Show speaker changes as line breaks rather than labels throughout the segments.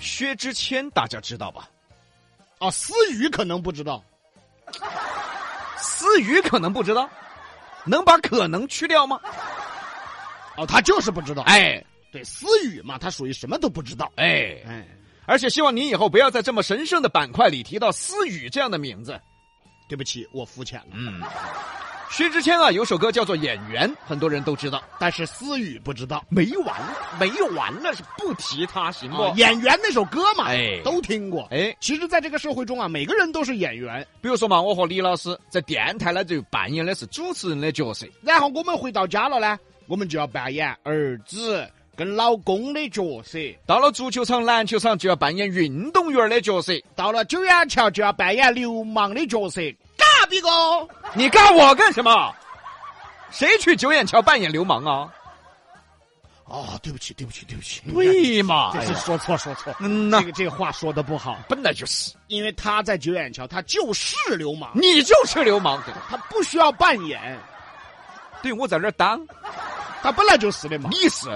薛之谦大家知道吧？
啊，思雨可能不知道，
思雨可能不知道，能把可能去掉吗？
哦，他就是不知道。，
哎
对，思雨嘛，他属于什么都不知道。
哎，
哎，
而且希望你以后不要在这么神圣的板块里提到思雨这样的名字。
对不起，我肤浅了。
嗯，薛之谦啊，有首歌叫做《演员》，很多人都知道，
但是思雨不知道。
没完没完了，哦是不提他行不？
啊，演员那首歌嘛，
哎
都听过。
哎，
其实，在这个社会中啊，每个人都是演员。
比如说嘛，我和李老师在电台呢就扮演的是主持人的角色。
然后我们回到家了呢，我们就要扮演儿子跟老公的角色；
到了足球场、篮球场就要扮演运动员的角色。
到了九眼桥就要扮演流氓的角色。嘎逼哥，
你干我干什么？谁去九眼桥扮演流氓啊？
哦，对不起，对不起，对不起，
对嘛？
这
哎
是
呀
说错说错。
嗯呐
这个这个话说的不好，
本来就是，
因为他在九眼桥，他就是流氓，
你就是流氓。对吧
他不需要扮演，
对，我在那儿当，
他本来就是的嘛。
你是，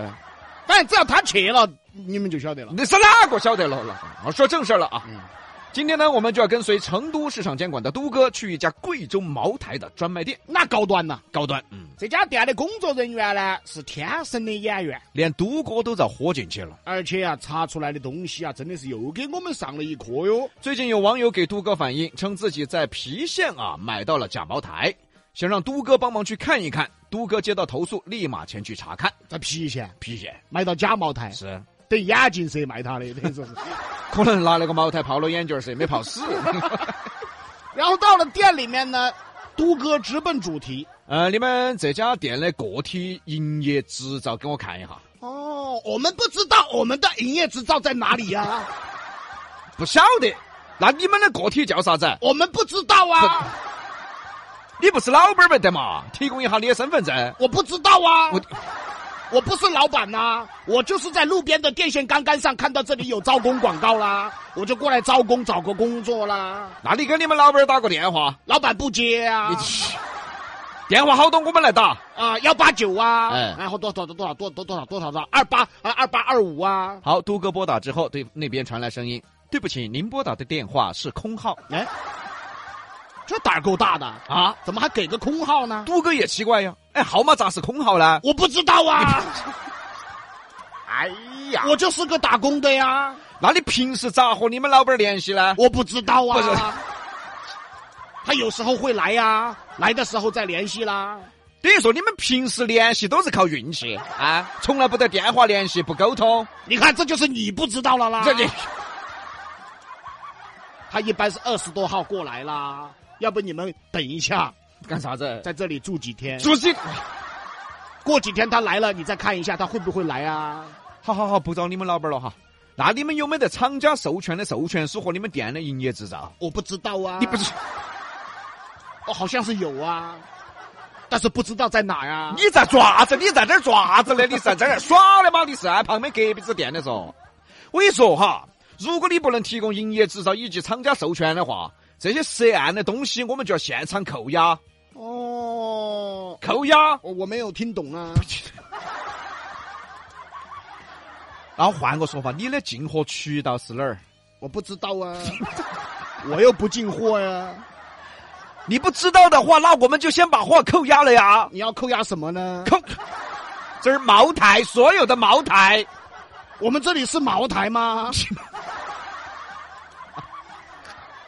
反正只要他去了，你们就晓得了。
你是哪个晓得了了？啊说正事儿了啊。
嗯
今天呢，我们就要跟随成都市场监管的都哥去一家贵州茅台的专卖店，
那高端呐、
高端。嗯，
这家店的工作人员呢是天生的演员，
连都哥都遭豁进去了。
而且啊查出来的东西啊真的是又给我们上了一课哟。
最近有网友给都哥反映，称自己在郫县啊买到了假茅台，想让都哥帮忙去看一看。都哥接到投诉，立马前去查看。
在郫县
郫县
买到假茅台，
是，
得眼镜蛇卖他的，等于说是。
可能拿了个茅台泡了眼镜儿是没泡 死。
然后到了店里面呢，都哥直奔主题。
呃，你们这家店的个体营业执照给我看一下，
哦，我们不知道我们的营业执照在哪里呀、
不晓得。那你们的个体叫啥子？
我们不知道 啊，
你不是老板儿呗得嘛？提供一下你的身份证。
我不知道
我
啊，我我不是老板呐、啊我就是在路边的电线杆杆上看到这里有招工广告啦，我就过来招工找个工作啦。
那你给你们老板儿打个电话，
老板不接啊
你，电话好多我们来打。
啊幺八九啊，
哎
然后多少多少多多多少多少多少二八啊二八二五啊，
好，都哥拨打之后，对那边传来声音：“对不起，您拨打的电话是空号
哎，这胆儿够大的，
啊。
怎么还给个空号”呢？
都哥也奇怪呀，哎，号码咋是空号呢？
我不知道 啊，
哎呀，
我就是个打工的呀，
那你平时咋和你们老板儿联系呢？
我不知道
不是
啊。他有时候会来呀、来的时候再联系啦。
等于说你们平时联系都是靠运气啊，从来不得电话联系，不沟通。
你看，这就是你不知道了啦。
这你
他一般是二十多号过来啦，要不你们等一下，
干啥子？
在这里住几天，
主席，
过几天他来了，你再看一下他会不会来啊？
好好好，不找你们老板儿了哈。那你们有没得厂家授权的授权书和你们店的营业执照？
我不知道啊，
你不是
哦，好像是有啊，但是不知道在哪呀、啊
你在爪子？你在这儿爪子呢？你在这儿耍的吗？你是啊？旁边隔壁子店的说，我跟你说哈，如果你不能提供营业执照以及厂家授权的话，这些涉案的东西我们就要现场扣押，
哦，
扣押。
我我没有听懂啊。
然后换个说法，你的进货渠道是哪儿？
我不知道啊，我又不进货啊呀、
你不知道的话，那我们就先把货扣押了呀。
你要扣押什么呢？
扣，这是茅台，所有的茅台。
我们这里是茅台吗？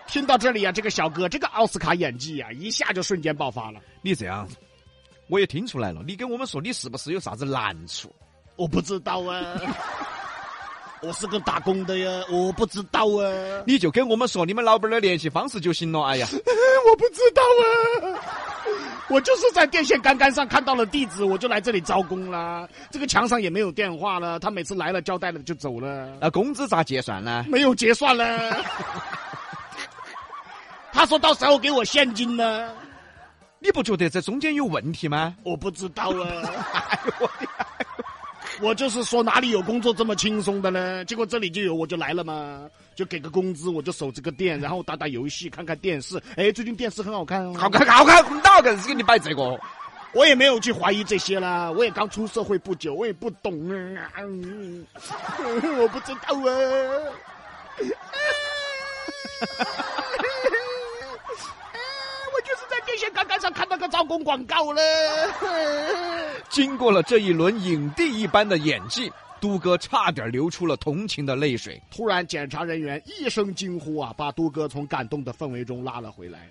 听到这里啊，这个小哥这个奥斯卡演技啊，一下就瞬间爆发了。
你这样，我也听出来了，你跟我们说你是不是有啥子难处？
我不知道 啊，我是个打工的呀，我不知道啊，
你就跟我们说你们老板的联系方式就行了。哎呀，
我不知道啊。我就是在电线杆杆上看到了地址，我就来这里招工啦。这个墙上也没有电话了，他每次来了交代了就走了。
那工资咋结算呢？
没有结算了。 他说到时候给我现金呢，
你不觉得这中间有问题吗？
我不知道啊。我就是说哪里有工作这么轻松的呢？结果这里就有，我就来了嘛，就给个工资，我就守这个店，然后打打游戏，看看电视。哎，最近电视很好看哦。
好看好看，混到硬是给你摆这个。
我也没有去怀疑这些啦，我也刚出 社会不久，我也不懂啊，嗯 我不知道啊。我就是在电线杆杆上看到个招工广告了。
经过了这一轮影帝一般的演技，都哥差点流出了同情的泪水。
突然，检查人员一声惊呼啊，把都哥从感动的氛围中拉了回来。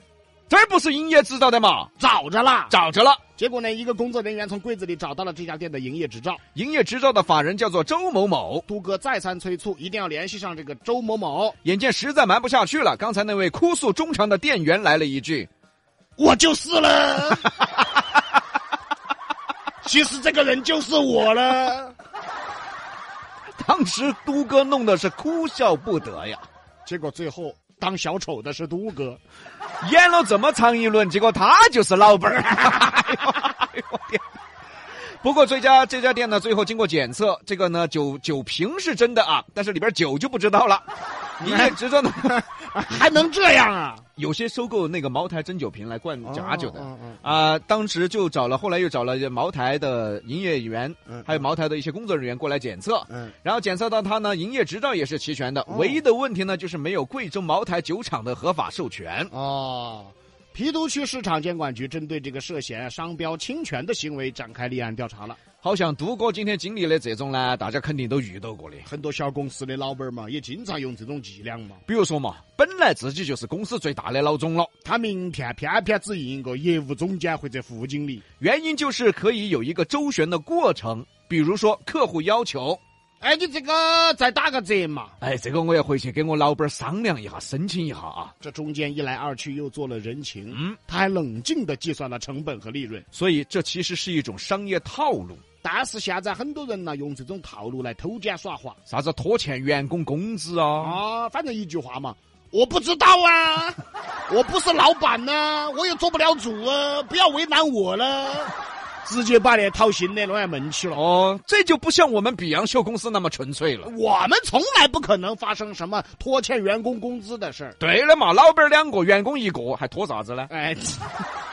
这不是营业执照的嘛？
找着了，
找着了，
结果呢，一个工作人员从柜子里找到了这家店的营业执照。
营业执照的法人叫做周某某。
都哥再三催促，一定要联系上这个周某某。
眼见实在瞒不下去了，刚才那位哭诉衷肠的店员来了一句
我就是 了，其实这个人就是我了。：“
当时都哥弄的是哭笑不得呀，
结果最后当小丑的是都哥。
演了这么长一轮，结果他就是老板儿。 哎呦”哎呦我天！不过这家这家店呢，最后经过检测，这个呢酒酒瓶是真的啊，但是里边酒就不知道了。营业执照呢，
还能这样啊？
有些收购那个茅台真酒瓶来灌假酒的。
嗯嗯
啊、当时就找了，后来又找了茅台的营业员，
嗯
还有茅台的一些工作人员过来检测，
嗯，
然后检测到他呢营业执照也是齐全的，
哦
唯一的问题呢就是没有贵州茅台酒厂的合法授权。
哦。郫都区市场监管局针对这个涉嫌商标侵权的行为展开立案调查了。
好像都哥今天经历的这种呢，大家肯定都遇到过的。
很多小公司的老板儿嘛，也经常用这种伎俩嘛。
比如说嘛，本来自己就是公司最大的老总了，
他名片偏偏只印一个业务总监或者副经理。
原因就是可以有一个周旋的过程。比如说客户要求，
哎，你这个再打个折嘛。
哎，这个我要回去跟我老板商量一下，申请一下啊。
这中间一来二去又做了人情，
嗯
他还冷静的计算了成本和利润。
所以这其实是一种商业套路。
但是现在很多人呢，用这种套路来偷奸耍滑
啥子拖欠员工工资啊？
啊，反正一句话嘛，我不知道啊， 我不是老板呐、我也做不了主啊，不要为难我了，直接把你掏心的弄来闷去了。
哦，这就不像我们比洋秀公司那么纯粹了。
我们从来不可能发生什么拖欠员工工资的事儿，
对了嘛，老板两个，员工一个，还拖啥子呢？
哎，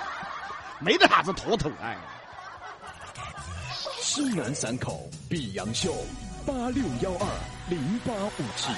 没得啥子头头哎。
西南三口碧阳秀八六幺二零八五七。